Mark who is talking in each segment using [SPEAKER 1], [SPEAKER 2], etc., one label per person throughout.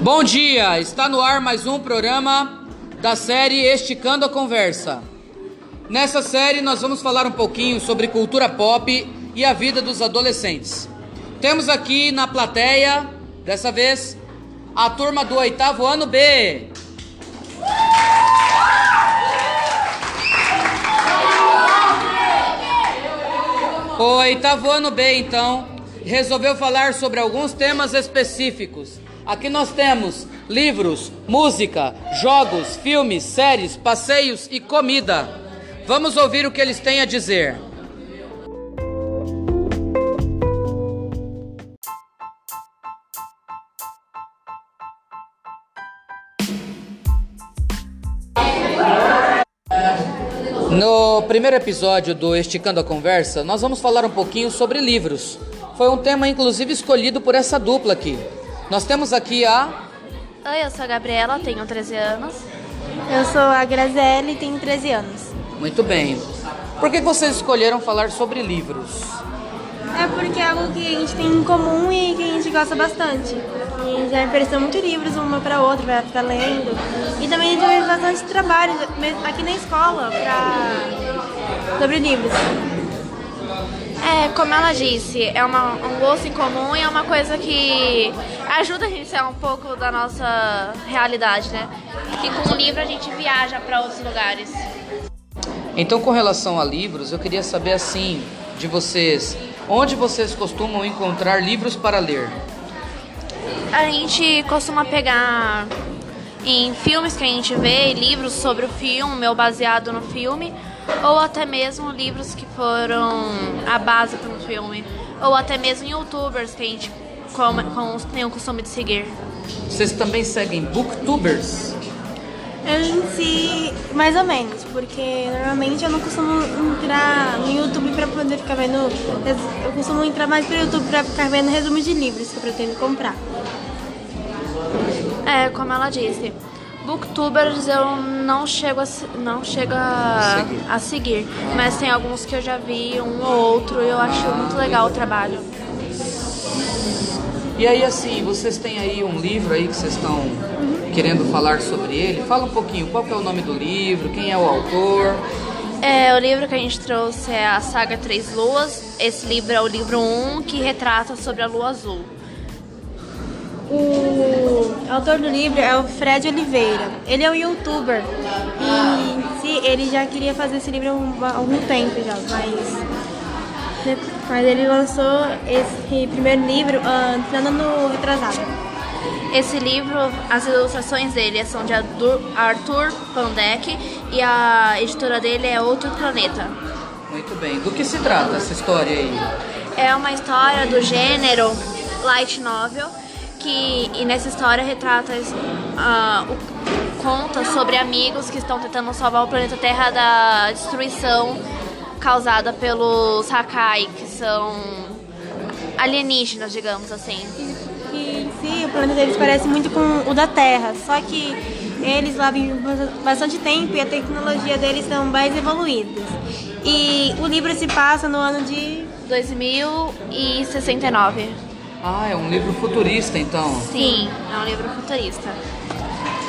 [SPEAKER 1] Bom dia, está no ar mais um programa da série Esticando a Conversa. Nessa série nós vamos falar um pouquinho sobre cultura pop e a vida dos adolescentes. Temos aqui na plateia, dessa vez, a turma do oitavo ano B. O oitavo ano B, então, resolveu falar sobre alguns temas específicos. Aqui nós temos livros, música, jogos, filmes, séries, passeios e comida. Vamos ouvir o que eles têm a dizer. No primeiro episódio do Esticando a Conversa, nós vamos falar um pouquinho sobre livros. Foi um tema, inclusive, escolhido por essa dupla aqui. Nós temos aqui a.
[SPEAKER 2] Oi, eu sou a Gabriela, tenho 13 anos.
[SPEAKER 3] Eu sou a Graziele e tenho 13 anos.
[SPEAKER 1] Muito bem. Por que vocês escolheram falar sobre livros?
[SPEAKER 3] É porque é algo que a gente tem em comum e que a gente gosta bastante. E já emprestou muito livros uma para outra, para ficar lendo. E também a gente fez bastante trabalho mesmo aqui na escola pra... sobre livros.
[SPEAKER 2] É, como ela disse, é uma, um gosto em comum e é uma coisa que ajuda a gente a sair um pouco da nossa realidade, né? Que com o livro a gente viaja para outros lugares.
[SPEAKER 1] Então, com relação a livros, eu queria saber assim de vocês, onde vocês costumam encontrar livros para ler?
[SPEAKER 2] A gente costuma pegar em filmes que a gente vê, livros sobre o filme ou baseado no filme ou até mesmo livros que foram a base para um filme, ou até mesmo youtubers que a gente come, com, tem o costume de seguir.
[SPEAKER 1] Vocês também seguem booktubers?
[SPEAKER 3] Eu gente mais ou menos, porque normalmente eu não costumo entrar no YouTube para poder ficar vendo. Eu costumo entrar mais pro YouTube para ficar vendo resumos de livros que eu pretendo comprar.
[SPEAKER 2] É, como ela disse. Booktubers eu não chego a, não chego a, seguir. a seguir, mas tem alguns que eu já vi, um ou outro, e eu acho muito legal o trabalho.
[SPEAKER 1] E aí assim, vocês têm aí um livro aí que vocês estão uhum. querendo falar sobre ele? Fala um pouquinho, qual é o nome do livro, quem é o autor?
[SPEAKER 2] É, o livro que a gente trouxe é a Saga Três Luas. Esse livro é o livro 1 um, que retrata sobre a lua azul.
[SPEAKER 3] O autor do livro é o Fred Oliveira. Ele é um youtuber e sim, ele já queria fazer esse livro há algum tempo já, mas, mas ele lançou esse primeiro livro uh, no ano retrasado.
[SPEAKER 2] Esse livro, as ilustrações dele são de Arthur Pandek e a editora dele é Outro Planeta.
[SPEAKER 1] Muito bem. Do que se trata essa história aí?
[SPEAKER 2] É uma história do gênero light novel que e nessa história retrata uh, o, conta sobre amigos que estão tentando salvar o planeta Terra da destruição causada pelos Hakai, que são alienígenas, digamos assim.
[SPEAKER 3] E, sim, o planeta deles parece muito com o da Terra, só que eles lá vivem bastante tempo e a tecnologia deles são mais evoluídas. E o livro se passa no ano de
[SPEAKER 2] 2069.
[SPEAKER 1] Ah, é um livro futurista então?
[SPEAKER 2] Sim, é um livro futurista.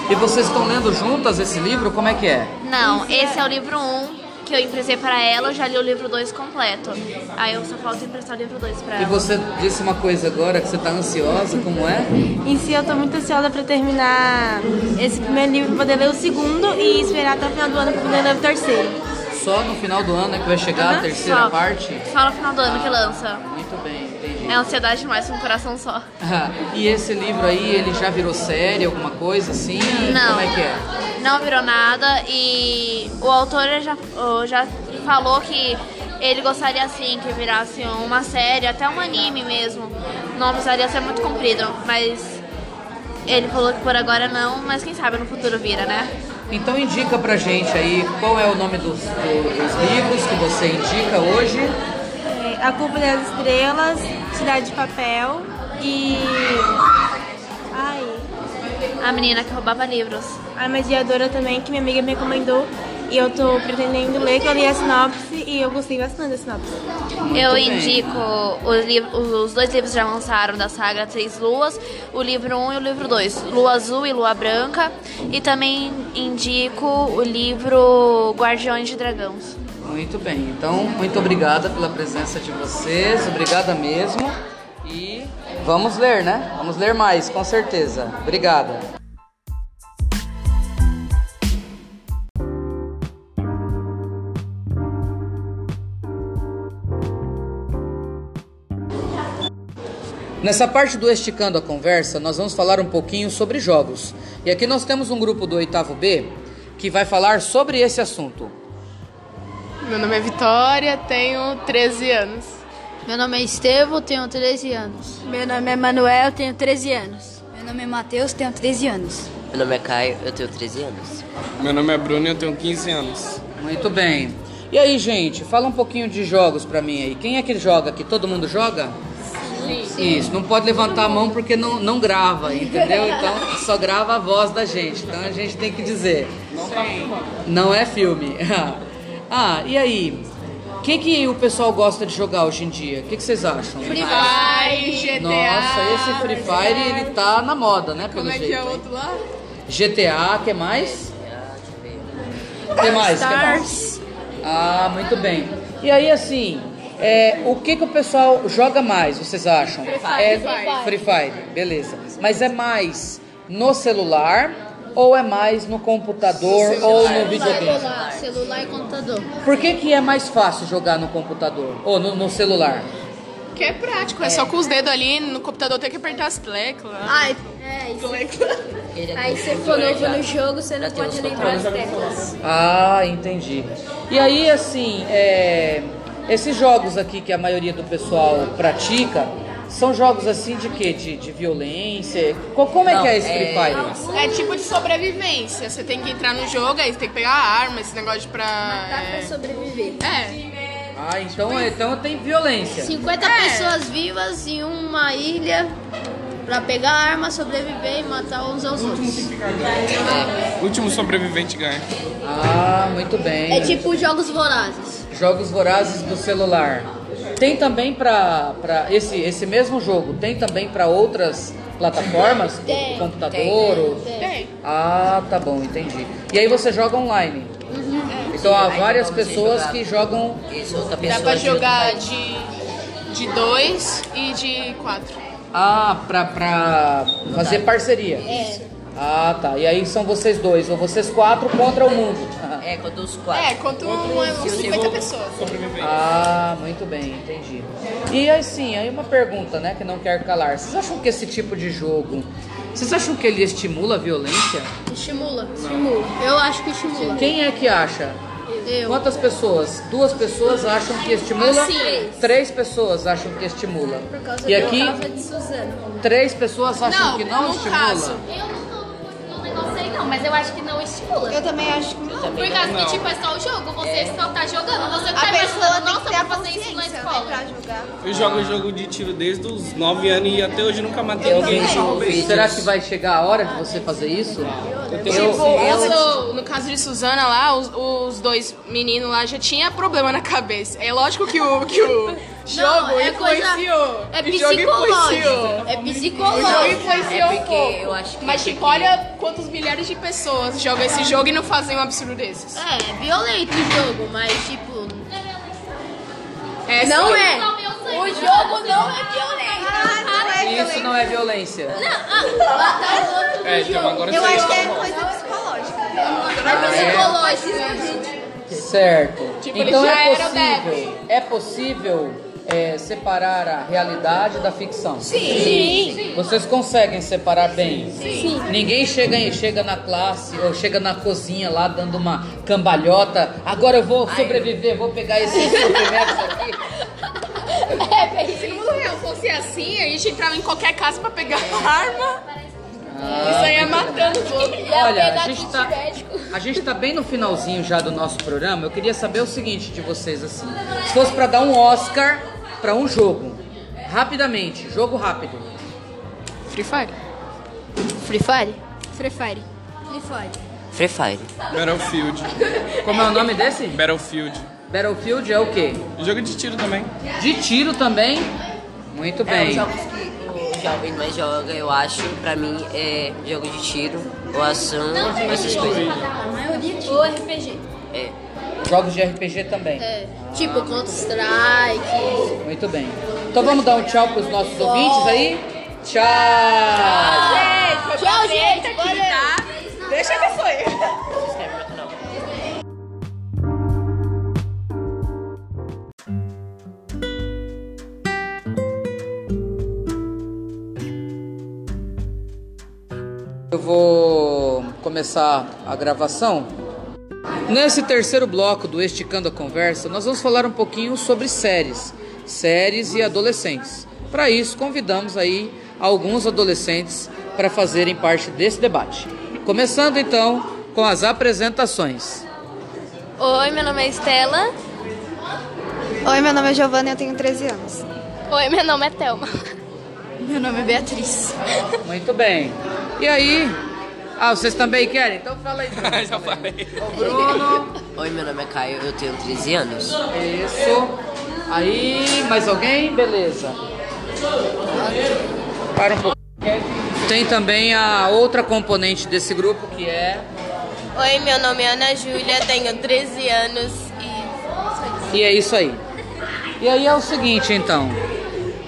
[SPEAKER 1] E vocês estão lendo juntas esse livro? Como é que é?
[SPEAKER 2] Não, esse é, é o livro 1 um, que eu emprestei para ela, eu já li o livro 2 completo. Aí eu só falta emprestar o livro 2 para ela.
[SPEAKER 1] E você disse uma coisa agora que você está ansiosa, como é?
[SPEAKER 3] em si eu estou muito ansiosa para terminar esse primeiro livro para poder ler o segundo e esperar até o final do ano para poder ler o terceiro.
[SPEAKER 1] Só no final do ano é que vai chegar uhum. a terceira
[SPEAKER 2] só,
[SPEAKER 1] parte? Ah,
[SPEAKER 2] Só no final do ano que lança.
[SPEAKER 1] Muito bem, entendi.
[SPEAKER 2] É ansiedade demais, um coração só.
[SPEAKER 1] Ah, e esse livro aí, ele já virou série, alguma coisa assim?
[SPEAKER 2] Não.
[SPEAKER 1] Como é que é?
[SPEAKER 2] Não virou nada e o autor já, já falou que ele gostaria assim que virasse uma série, até um anime mesmo. Não precisaria ser muito comprido, mas ele falou que por agora não, mas quem sabe no futuro vira, né?
[SPEAKER 1] Então indica pra gente aí qual é o nome dos, dos livros que você indica hoje.
[SPEAKER 3] É, A Culpa das Estrelas, Cidade de Papel e. Ai.
[SPEAKER 2] A menina que roubava livros.
[SPEAKER 3] A mediadora também, que minha amiga me recomendou. E eu tô pretendendo ler, que eu li a sinopse e eu gostei bastante da sinopse.
[SPEAKER 2] Eu
[SPEAKER 1] bem.
[SPEAKER 2] indico os, liv- os dois livros que já lançaram da saga Três Luas, o livro 1 um e o livro 2, Lua Azul e Lua Branca. E também indico o livro Guardiões de Dragões.
[SPEAKER 1] Muito bem, então muito obrigada pela presença de vocês, obrigada mesmo. E vamos ler, né? Vamos ler mais, com certeza. Obrigada. Nessa parte do Esticando a Conversa, nós vamos falar um pouquinho sobre jogos. E aqui nós temos um grupo do oitavo B que vai falar sobre esse assunto.
[SPEAKER 4] Meu nome é Vitória, tenho 13 anos.
[SPEAKER 5] Meu nome é Estevo, tenho 13 anos.
[SPEAKER 6] Meu nome é Manuel, tenho 13 anos.
[SPEAKER 5] Meu nome é Matheus, tenho 13 anos.
[SPEAKER 7] Meu nome é Caio, eu tenho 13 anos.
[SPEAKER 8] Meu nome é Bruno e eu tenho 15 anos.
[SPEAKER 1] Muito bem. E aí, gente, fala um pouquinho de jogos pra mim aí. Quem é que joga aqui? Todo mundo joga? Sim. Isso, não pode levantar a mão porque não, não grava, entendeu? Então só grava a voz da gente. Então a gente tem que dizer. Não é filme. Ah, e aí? O que, que o pessoal gosta de jogar hoje em dia? O que, que vocês acham?
[SPEAKER 4] Vai, GTA.
[SPEAKER 1] Nossa, esse Free Fire ele tá na moda, né? Pelo
[SPEAKER 4] Como é
[SPEAKER 1] jeito.
[SPEAKER 4] que é o
[SPEAKER 1] hein?
[SPEAKER 4] outro lá?
[SPEAKER 1] GTA, que mais? Que mais? Que mais? Ah, muito bem. E aí, assim, é, o que, que o pessoal joga mais, vocês acham? Free Fire. É, Free Fire, beleza. Mas é mais no celular ou é mais no computador ou no videogame?
[SPEAKER 5] Celular, celular e computador.
[SPEAKER 1] Por que, que é mais fácil jogar no computador ou no, no celular?
[SPEAKER 4] Que é prático, é, só com os dedos ali, no computador tem que apertar as teclas.
[SPEAKER 6] Ai, é isso.
[SPEAKER 7] é
[SPEAKER 6] Aí você for novo no jogo, você não pode lembrar as teclas.
[SPEAKER 1] Ah, entendi. E aí, assim, é, esses jogos aqui que a maioria do pessoal pratica, são jogos assim de quê? De, de violência? Co- como é que é esse Free Fire?
[SPEAKER 4] É tipo de sobrevivência. Você tem que entrar no jogo, aí você tem que pegar a arma, esse negócio de pra.
[SPEAKER 6] Tá pra
[SPEAKER 4] é...
[SPEAKER 6] sobreviver.
[SPEAKER 4] é.
[SPEAKER 1] Ah, então, então tem violência.
[SPEAKER 6] tá
[SPEAKER 5] 50 pessoas vivas em uma ilha pra pegar arma, sobreviver e matar uns aos outros.
[SPEAKER 8] Último sobrevivente ganha.
[SPEAKER 1] Ah, muito bem.
[SPEAKER 5] É tipo jogos vorazes.
[SPEAKER 1] Jogos vorazes do celular. Tem também pra, pra esse, esse mesmo jogo, tem também pra outras plataformas?
[SPEAKER 5] Tem,
[SPEAKER 1] computador?
[SPEAKER 5] tem,
[SPEAKER 1] ou-
[SPEAKER 4] Tem.
[SPEAKER 1] Ah, tá bom, entendi. E aí você joga online? Então há
[SPEAKER 7] Aí
[SPEAKER 1] várias
[SPEAKER 7] como você
[SPEAKER 1] pessoas
[SPEAKER 7] jogar.
[SPEAKER 1] que jogam.
[SPEAKER 7] Isso, outra pessoa.
[SPEAKER 4] Dá pra
[SPEAKER 7] de outro
[SPEAKER 4] jogar
[SPEAKER 7] país.
[SPEAKER 4] de. de dois e de quatro.
[SPEAKER 1] Ah, pra, pra fazer parceria. É. Ah, tá. E aí são vocês dois, ou vocês quatro contra o mundo.
[SPEAKER 7] É, quando os quatro.
[SPEAKER 4] É, quanto um, é uns 50 pessoas.
[SPEAKER 1] Ah, muito bem, entendi. E assim, aí uma pergunta, né, que não quer calar. Vocês acham que esse tipo de jogo, vocês acham que ele estimula a violência?
[SPEAKER 5] Estimula. Estimula. Eu acho que estimula.
[SPEAKER 1] Quem é que acha?
[SPEAKER 5] Eu. Assim,
[SPEAKER 1] Quantas pessoas? Duas pessoas acham que estimula?
[SPEAKER 5] é
[SPEAKER 1] Três pessoas acham que estimula. E aqui,
[SPEAKER 6] de Suzana.
[SPEAKER 1] três pessoas acham
[SPEAKER 4] Não,
[SPEAKER 1] que não
[SPEAKER 4] no
[SPEAKER 1] estimula.
[SPEAKER 4] caso.
[SPEAKER 9] Eu não tô muito no negócio aí não, mas eu acho que não estimula.
[SPEAKER 10] Eu também acho que não.
[SPEAKER 9] Por causa que, tipo, é só o jogo, você só tá jogando, você não
[SPEAKER 10] A
[SPEAKER 9] tá
[SPEAKER 10] pessoa
[SPEAKER 9] imaginando,
[SPEAKER 10] tem que
[SPEAKER 9] nossa,
[SPEAKER 10] ter a
[SPEAKER 9] vou fazer isso na
[SPEAKER 10] consciência né,
[SPEAKER 9] escola.
[SPEAKER 10] pra jogar.
[SPEAKER 8] Eu jogo jogo de tiro desde os 9 anos e até hoje nunca matei alguém.
[SPEAKER 10] também.
[SPEAKER 8] só uma vez.
[SPEAKER 1] Será que vai chegar a hora de você fazer isso?
[SPEAKER 4] Tipo, eu- no caso de Suzana lá, os, os dois meninos lá já tinha problema na cabeça. É lógico que o, que o jogo
[SPEAKER 5] é coisa-
[SPEAKER 4] influenciou.
[SPEAKER 5] É
[SPEAKER 4] o jogo influenciou.
[SPEAKER 5] psicológico. É
[SPEAKER 4] O jogo
[SPEAKER 5] psicológico.
[SPEAKER 4] influenciou
[SPEAKER 7] É
[SPEAKER 4] um
[SPEAKER 7] porque
[SPEAKER 4] pouco.
[SPEAKER 7] eu acho que
[SPEAKER 4] Mas
[SPEAKER 7] tem
[SPEAKER 4] tipo,
[SPEAKER 7] que-
[SPEAKER 4] olha quantos milhares de pessoas jogam esse jogo e não fazem um absurdo desses.
[SPEAKER 5] É, violento o jogo, mas tipo.
[SPEAKER 4] É,
[SPEAKER 5] Não
[SPEAKER 4] sim.
[SPEAKER 5] é.
[SPEAKER 9] Não, meu sonho
[SPEAKER 5] O
[SPEAKER 9] não.
[SPEAKER 5] jogo não é violento.
[SPEAKER 1] Isso não é violência.
[SPEAKER 8] É, então agora
[SPEAKER 10] Eu
[SPEAKER 8] você-
[SPEAKER 10] acho que é coisa psicológica.
[SPEAKER 5] É psicológico.
[SPEAKER 1] Certo.
[SPEAKER 4] Tipo, ele
[SPEAKER 1] então
[SPEAKER 4] já
[SPEAKER 1] é
[SPEAKER 4] era o
[SPEAKER 1] possível, é possível é, separar a realidade da ficção. Sim. Vocês conseguem separar bem? Sim. Ninguém chega em- chega na classe ou chega na cozinha lá dando uma cambalhota. Agora eu vou sobreviver, vou pegar esse suplemento aqui.
[SPEAKER 4] É, Se no mundo real fosse assim, a gente entrava em qualquer casa pra pegar a arma. Isso aí é matando o outro.
[SPEAKER 1] Olha, a gente, tá, a gente tá bem no finalzinho já do nosso programa. Eu queria saber o seguinte de vocês, assim. Se fosse pra dar um Oscar pra um jogo, rapidamente, jogo rápido.
[SPEAKER 4] Free Fire.
[SPEAKER 5] Free Fire?
[SPEAKER 6] Free Fire. É.
[SPEAKER 5] Free Fire.
[SPEAKER 7] Free Fire.
[SPEAKER 8] Battlefield.
[SPEAKER 1] Como é o nome desse?
[SPEAKER 8] Battlefield.
[SPEAKER 1] Battlefield é o quê?
[SPEAKER 8] Jogo de tiro também.
[SPEAKER 1] De tiro também? Muito
[SPEAKER 7] É, os
[SPEAKER 1] bem.
[SPEAKER 7] jogos que o jovem mais joga, eu acho, pra mim, é jogo de tiro, ou ação, essas coisas.
[SPEAKER 6] A maioria Ou RPG.
[SPEAKER 7] É.
[SPEAKER 1] Jogos de RPG também.
[SPEAKER 5] É, tipo Counter-Strike.
[SPEAKER 1] Muito bem. Então vamos dar um tchau pros nossos ouvintes aí. Tchau!
[SPEAKER 5] Tchau, gente. Valeu.
[SPEAKER 10] Deixa que foi.
[SPEAKER 1] Eu vou começar a gravação. Nesse terceiro bloco do Esticando a Conversa, nós vamos falar um pouquinho sobre séries, séries e adolescentes. Para isso, convidamos aí alguns adolescentes para fazerem parte desse debate. Começando então com as apresentações.
[SPEAKER 2] Oi, meu nome é Estela.
[SPEAKER 11] Oi, meu nome é Giovana e eu tenho 13 anos.
[SPEAKER 9] Oi, meu nome é Thelma.
[SPEAKER 11] Meu nome é Beatriz.
[SPEAKER 1] Muito bem. E aí? Ah, vocês também querem? Então fala aí.
[SPEAKER 7] Já falei.
[SPEAKER 1] Bruno.
[SPEAKER 7] Oi, meu nome é Caio, eu tenho 13 anos.
[SPEAKER 1] Isso. Aí, mais alguém? Beleza. Para um pouco. Tem também a outra componente desse grupo que é.
[SPEAKER 12] Oi, meu nome é Ana Júlia, tenho 13 anos e.
[SPEAKER 1] E é isso aí. E aí é o seguinte, então.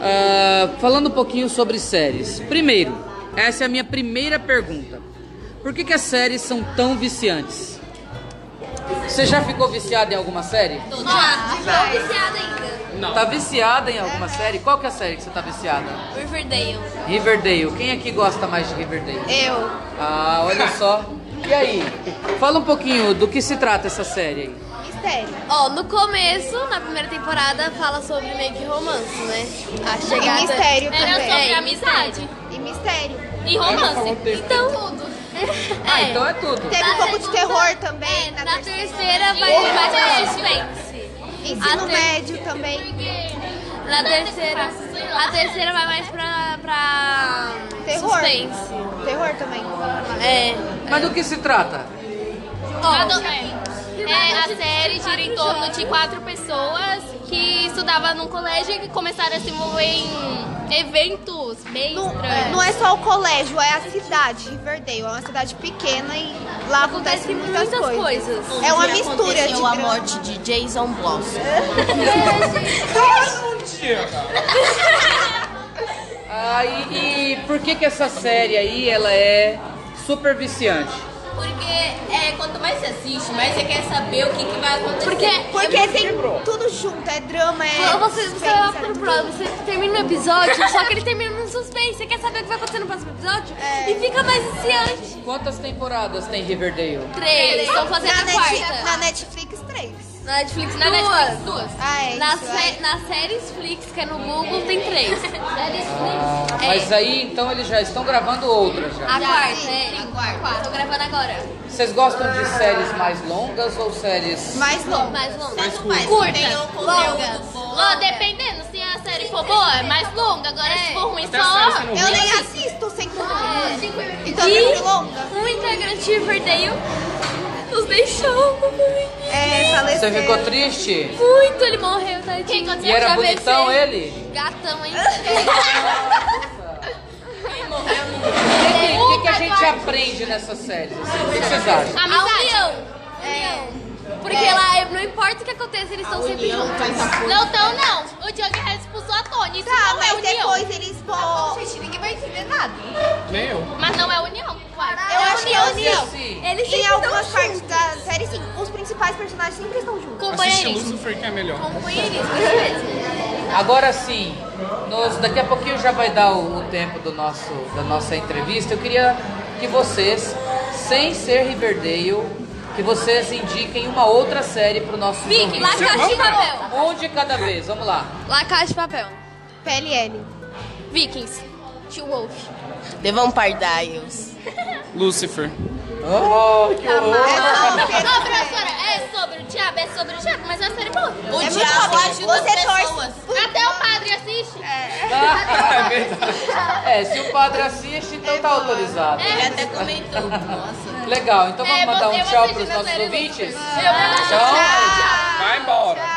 [SPEAKER 1] Ah, falando um pouquinho sobre séries. Primeiro, essa é a minha primeira pergunta. Por que, que as séries são tão viciantes? Você já ficou viciado em alguma série?
[SPEAKER 9] Nossa, tô viciada ainda.
[SPEAKER 1] Tá viciada em alguma série? Qual que é a série que você tá viciada?
[SPEAKER 9] Riverdale.
[SPEAKER 1] Riverdale. Quem aqui gosta mais de Riverdale?
[SPEAKER 9] Eu.
[SPEAKER 1] Ah, olha só. E aí? Fala um pouquinho do que se trata essa série aí.
[SPEAKER 9] Ó, no começo, na primeira temporada, fala sobre meio que romance, né? A
[SPEAKER 6] E mistério
[SPEAKER 9] Era
[SPEAKER 6] também.
[SPEAKER 9] sobre
[SPEAKER 6] É, e
[SPEAKER 9] amizade.
[SPEAKER 6] E mistério.
[SPEAKER 9] E romance. Então, tudo.
[SPEAKER 6] Ah, é
[SPEAKER 1] então é tudo.
[SPEAKER 6] Teve um pouco de terror também. na,
[SPEAKER 9] terceira vai vai pra suspense.
[SPEAKER 6] Ensino
[SPEAKER 9] A ter-
[SPEAKER 6] médio também.
[SPEAKER 9] Na terceira. A terceira vai mais pra. pra
[SPEAKER 6] Terror.
[SPEAKER 9] Suspense.
[SPEAKER 6] Terror também.
[SPEAKER 9] É.
[SPEAKER 1] Mas do que se trata?
[SPEAKER 9] Ó, é, a série gira em torno de quatro pessoas que estudavam num colégio e que começaram a se envolver em eventos bem estranhos.
[SPEAKER 6] Não é só o colégio, é a cidade, Riverdale. É uma cidade pequena e lá acontece, muitas, coisas. É uma mistura de
[SPEAKER 12] a
[SPEAKER 6] drama. É,
[SPEAKER 12] morte de Jason Blossom.
[SPEAKER 1] Ah, e, e por que que essa série aí, ela é super viciante?
[SPEAKER 12] Porque é, quanto mais você assiste, mais você quer saber o que, que vai acontecer.
[SPEAKER 6] Porque, porque tem tudo junto, é drama, é.
[SPEAKER 9] Fala, Você, você vai pro
[SPEAKER 6] suspense,
[SPEAKER 9] próximo, você termina o episódio, só que ele termina no suspense. Você quer saber o que vai acontecer no próximo episódio?
[SPEAKER 6] É.
[SPEAKER 9] E fica mais ansiante.
[SPEAKER 1] Quantas temporadas tem Riverdale?
[SPEAKER 9] Três, estão fazendo
[SPEAKER 6] na
[SPEAKER 9] a
[SPEAKER 6] Net-
[SPEAKER 9] quarta.
[SPEAKER 6] Na Netflix, três.
[SPEAKER 9] Na Netflix, na
[SPEAKER 6] Duas.
[SPEAKER 9] Netflix, duas.
[SPEAKER 6] Ah, é
[SPEAKER 9] na,
[SPEAKER 6] isso,
[SPEAKER 9] sé-
[SPEAKER 6] é.
[SPEAKER 9] na séries Flix, que é no Google, tem três.
[SPEAKER 1] Ah,
[SPEAKER 9] Séries
[SPEAKER 1] mas aí, então, eles já estão gravando outras já.
[SPEAKER 9] A quarta, é. A quarta. Tô gravando agora.
[SPEAKER 1] Vocês gostam de séries mais longas ou séries...
[SPEAKER 6] Mais longa.
[SPEAKER 9] Mais longa.
[SPEAKER 1] Mais curta.
[SPEAKER 6] um então.
[SPEAKER 9] Curta. Longa. Ó, dependendo, se a série for boa, é mais longa. Agora, se for ruim,
[SPEAKER 6] Até
[SPEAKER 9] só...
[SPEAKER 6] a série sendo Eu ruim. nem assisto sem
[SPEAKER 9] curta.
[SPEAKER 6] Então
[SPEAKER 9] e
[SPEAKER 6] deve ser longa.
[SPEAKER 9] um integrante de Riverdale nos deixou.
[SPEAKER 6] É, faleceu.
[SPEAKER 1] Você ficou triste?
[SPEAKER 9] Muito, ele morreu, tadinho.
[SPEAKER 1] E era bonitão ele?
[SPEAKER 9] é Gatão, hein?
[SPEAKER 1] O que, que a gente aprende nessas séries? assim? O que, que vocês acham?
[SPEAKER 9] Amizade. A união.
[SPEAKER 6] É.
[SPEAKER 9] União. Porque lá, não importa o que aconteça, eles estão sempre
[SPEAKER 6] união
[SPEAKER 9] juntos.
[SPEAKER 6] faz a força.
[SPEAKER 9] Não estão, não. O Jughead expulsou a Tony. Isso
[SPEAKER 6] Tá,
[SPEAKER 9] não é
[SPEAKER 6] mas
[SPEAKER 9] união. Tá
[SPEAKER 6] depois eles vão. Gente, ninguém vai entender nada.
[SPEAKER 8] Nem eu.
[SPEAKER 9] Mas não é união. Uai,
[SPEAKER 6] Eu
[SPEAKER 9] é
[SPEAKER 6] acho que é
[SPEAKER 9] união.
[SPEAKER 6] união.
[SPEAKER 9] Eles
[SPEAKER 6] em
[SPEAKER 9] sempre
[SPEAKER 6] algumas
[SPEAKER 9] estão
[SPEAKER 6] partes da série, sim, os principais personagens sempre estão juntos.
[SPEAKER 8] Assiste Lucifer que é melhor.
[SPEAKER 1] Agora sim, nos- daqui a pouquinho já vai dar o, o tempo do nosso, da nossa entrevista. Eu queria que vocês, sem ser Riverdale, que vocês indiquem uma outra série pro nosso
[SPEAKER 9] Vicky, La Casa de Papel.
[SPEAKER 1] Um de cada vez, vamos lá.
[SPEAKER 9] La Casa de Papel.
[SPEAKER 6] PLL.
[SPEAKER 9] Vikings. Tio Wolf.
[SPEAKER 12] The Vampire Diaries.
[SPEAKER 8] Lucifer.
[SPEAKER 1] Oh,
[SPEAKER 9] Tá
[SPEAKER 1] que
[SPEAKER 9] professora, é sobre o diabo, é sobre o diabo, mas é uma série boa.
[SPEAKER 12] O É muito diabo bom. ajuda as Você torce
[SPEAKER 9] Até o padre assiste.
[SPEAKER 1] É verdade. É, se o padre assiste, então tá autorizado.
[SPEAKER 9] Ele até comentou. Nossa.
[SPEAKER 1] Legal, então vamos
[SPEAKER 9] É,
[SPEAKER 1] mandar
[SPEAKER 9] você-
[SPEAKER 1] um
[SPEAKER 9] você
[SPEAKER 1] tchau
[SPEAKER 9] diz
[SPEAKER 1] pros
[SPEAKER 9] na
[SPEAKER 1] nossos
[SPEAKER 9] série do
[SPEAKER 1] ouvintes.
[SPEAKER 9] Eu vou dar tchau.
[SPEAKER 1] Vai embora.